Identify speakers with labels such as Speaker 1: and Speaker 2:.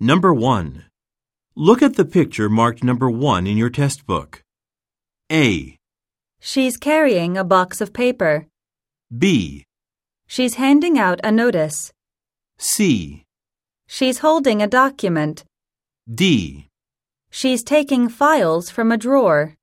Speaker 1: Number 1. Look at the picture marked number 1 in your test book. A,
Speaker 2: She's carrying a box of paper.
Speaker 1: B,
Speaker 2: She's handing out a notice.
Speaker 1: C,
Speaker 2: She's holding a document.
Speaker 1: D.
Speaker 2: She's taking files from a drawer.